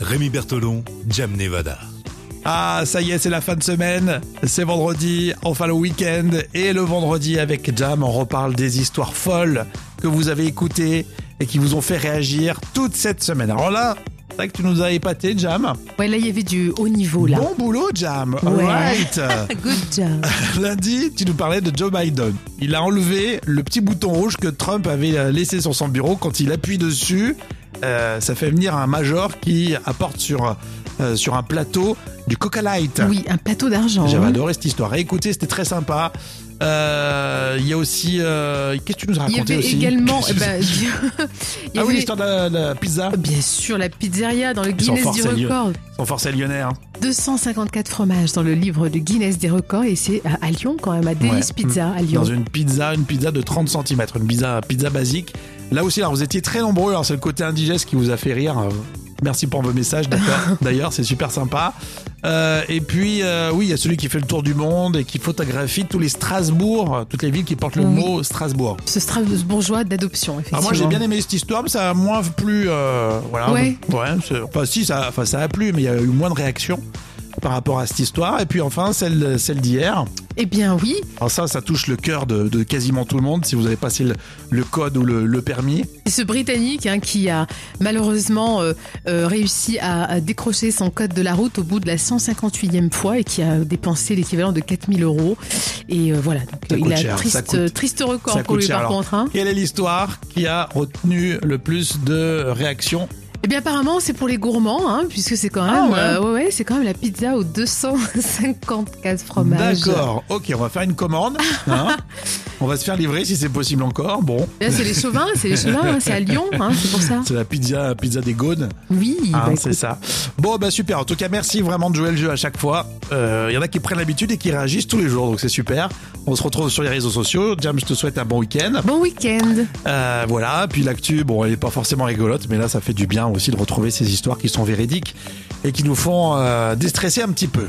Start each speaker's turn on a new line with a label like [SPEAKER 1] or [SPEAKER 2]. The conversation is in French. [SPEAKER 1] Rémi Bertolon, Jam Nevada.
[SPEAKER 2] Ah, ça y est, c'est la fin de semaine, c'est vendredi, enfin le week-end, et le vendredi avec Jam, on reparle des histoires folles que vous avez écoutées et qui vous ont fait réagir toute cette semaine. Alors là, c'est vrai que tu nous as épaté, Jam.
[SPEAKER 3] Ouais, là, il y avait du haut niveau, là. Ah,
[SPEAKER 2] Bon boulot, Jam.
[SPEAKER 3] Ouais.
[SPEAKER 2] Right.
[SPEAKER 3] Good job.
[SPEAKER 2] Lundi, tu nous parlais de Joe Biden. Il a enlevé le petit bouton rouge que Trump avait euh, laissé sur son bureau. Quand il appuie dessus, euh, ça fait venir un major qui apporte sur, euh, sur un plateau du Coca Light.
[SPEAKER 3] Oui, un plateau d'argent.
[SPEAKER 2] J'avais
[SPEAKER 3] hein.
[SPEAKER 2] adoré cette histoire. Écoutez, c'était très sympa. Euh, Il y a aussi. euh, Qu'est-ce que tu nous as
[SPEAKER 3] Il y
[SPEAKER 2] raconté
[SPEAKER 3] avait
[SPEAKER 2] aussi
[SPEAKER 3] également.
[SPEAKER 2] Qu'est-ce
[SPEAKER 3] eh
[SPEAKER 2] que-
[SPEAKER 3] ben, il y
[SPEAKER 2] Ah oui,
[SPEAKER 3] avait-
[SPEAKER 2] l'histoire de la, la pizza.
[SPEAKER 3] Bien sûr, la pizzeria dans le
[SPEAKER 2] sont
[SPEAKER 3] Guinness
[SPEAKER 2] forts,
[SPEAKER 3] du
[SPEAKER 2] ces lieux.
[SPEAKER 3] record.
[SPEAKER 2] Son forcé lyonnais. hein.
[SPEAKER 3] 254 fromages dans le livre du Guinness des records et c'est à, à Lyon quand même, à Delice
[SPEAKER 2] Ouais.
[SPEAKER 3] Pizza à Lyon.
[SPEAKER 2] Dans une pizza, une pizza de 30 cm, une pizza, pizza basique. Là aussi, alors vous étiez très nombreux. Alors c'est le côté indigeste qui vous a fait rire. Euh, Merci pour vos messages. d'accord. D'ailleurs, c'est super sympa. Euh, et puis, euh, oui, il y a celui qui fait le tour du monde et qui photographie tous les Strasbourg, euh, toutes les villes qui portent le
[SPEAKER 3] Oui.
[SPEAKER 2] mot Strasbourg.
[SPEAKER 3] Ce Strasbourgeois d'adoption,
[SPEAKER 2] Ah,
[SPEAKER 3] effectivement.
[SPEAKER 2] moi j'ai bien aimé cette histoire, mais ça a moins plu. euh, voilà.
[SPEAKER 3] Ouais.
[SPEAKER 2] c'est- enfin, si, ça, enfin, ça a plu, mais il y a eu moins de réactions par rapport à cette histoire. Et puis enfin, celle, celle d'hier.
[SPEAKER 3] Eh bien, oui.
[SPEAKER 2] Alors ça, ça touche le cœur de, de quasiment tout le monde si vous avez passé le, le code ou le, le permis.
[SPEAKER 3] C'est ce Britannique hein, qui a malheureusement euh, euh, réussi à, à décrocher son code de la route au bout de la 158e fois et qui a dépensé l'équivalent de 4000 euros. Et euh, voilà, donc
[SPEAKER 2] Ça
[SPEAKER 3] euh,
[SPEAKER 2] coûte
[SPEAKER 3] il a
[SPEAKER 2] cher,
[SPEAKER 3] un
[SPEAKER 2] ça
[SPEAKER 3] triste,
[SPEAKER 2] coûte-
[SPEAKER 3] triste
[SPEAKER 2] ça
[SPEAKER 3] record pour
[SPEAKER 2] coûte
[SPEAKER 3] lui
[SPEAKER 2] cher,
[SPEAKER 3] par
[SPEAKER 2] alors.
[SPEAKER 3] contre. hein.
[SPEAKER 2] Quelle est l'histoire qui a retenu le plus de réactions
[SPEAKER 3] Eh bien apparemment c'est pour les gourmands, hein, puisque c'est quand
[SPEAKER 2] Ah
[SPEAKER 3] même,
[SPEAKER 2] ouais.
[SPEAKER 3] euh, ouais, ouais, c'est quand même la pizza aux 254 fromages.
[SPEAKER 2] D'accord, ok, on va faire une commande. hein. on va se faire livrer si c'est possible encore. Bon,
[SPEAKER 3] Là Eh c'est les chauvins, c'est les chauvins, hein, c'est à Lyon, hein, c'est pour ça.
[SPEAKER 2] c'est la pizza, pizza des Gaudes.
[SPEAKER 3] Oui,
[SPEAKER 2] Hein,
[SPEAKER 3] bah,
[SPEAKER 2] Ah, c'est ça. Bon, bah super. En tout cas, merci vraiment de jouer le jeu à chaque fois. Euh, Il y en a qui prennent l'habitude et qui réagissent tous les jours, donc c'est super. On se retrouve sur les réseaux sociaux. Jam, je te souhaite un bon week-end.
[SPEAKER 3] bon week-end.
[SPEAKER 2] Euh, voilà. Puis l'actu, bon, elle est pas forcément rigolote, mais là, ça fait du bien aussi de retrouver ces histoires qui sont véridiques et qui nous font euh, déstresser un petit peu.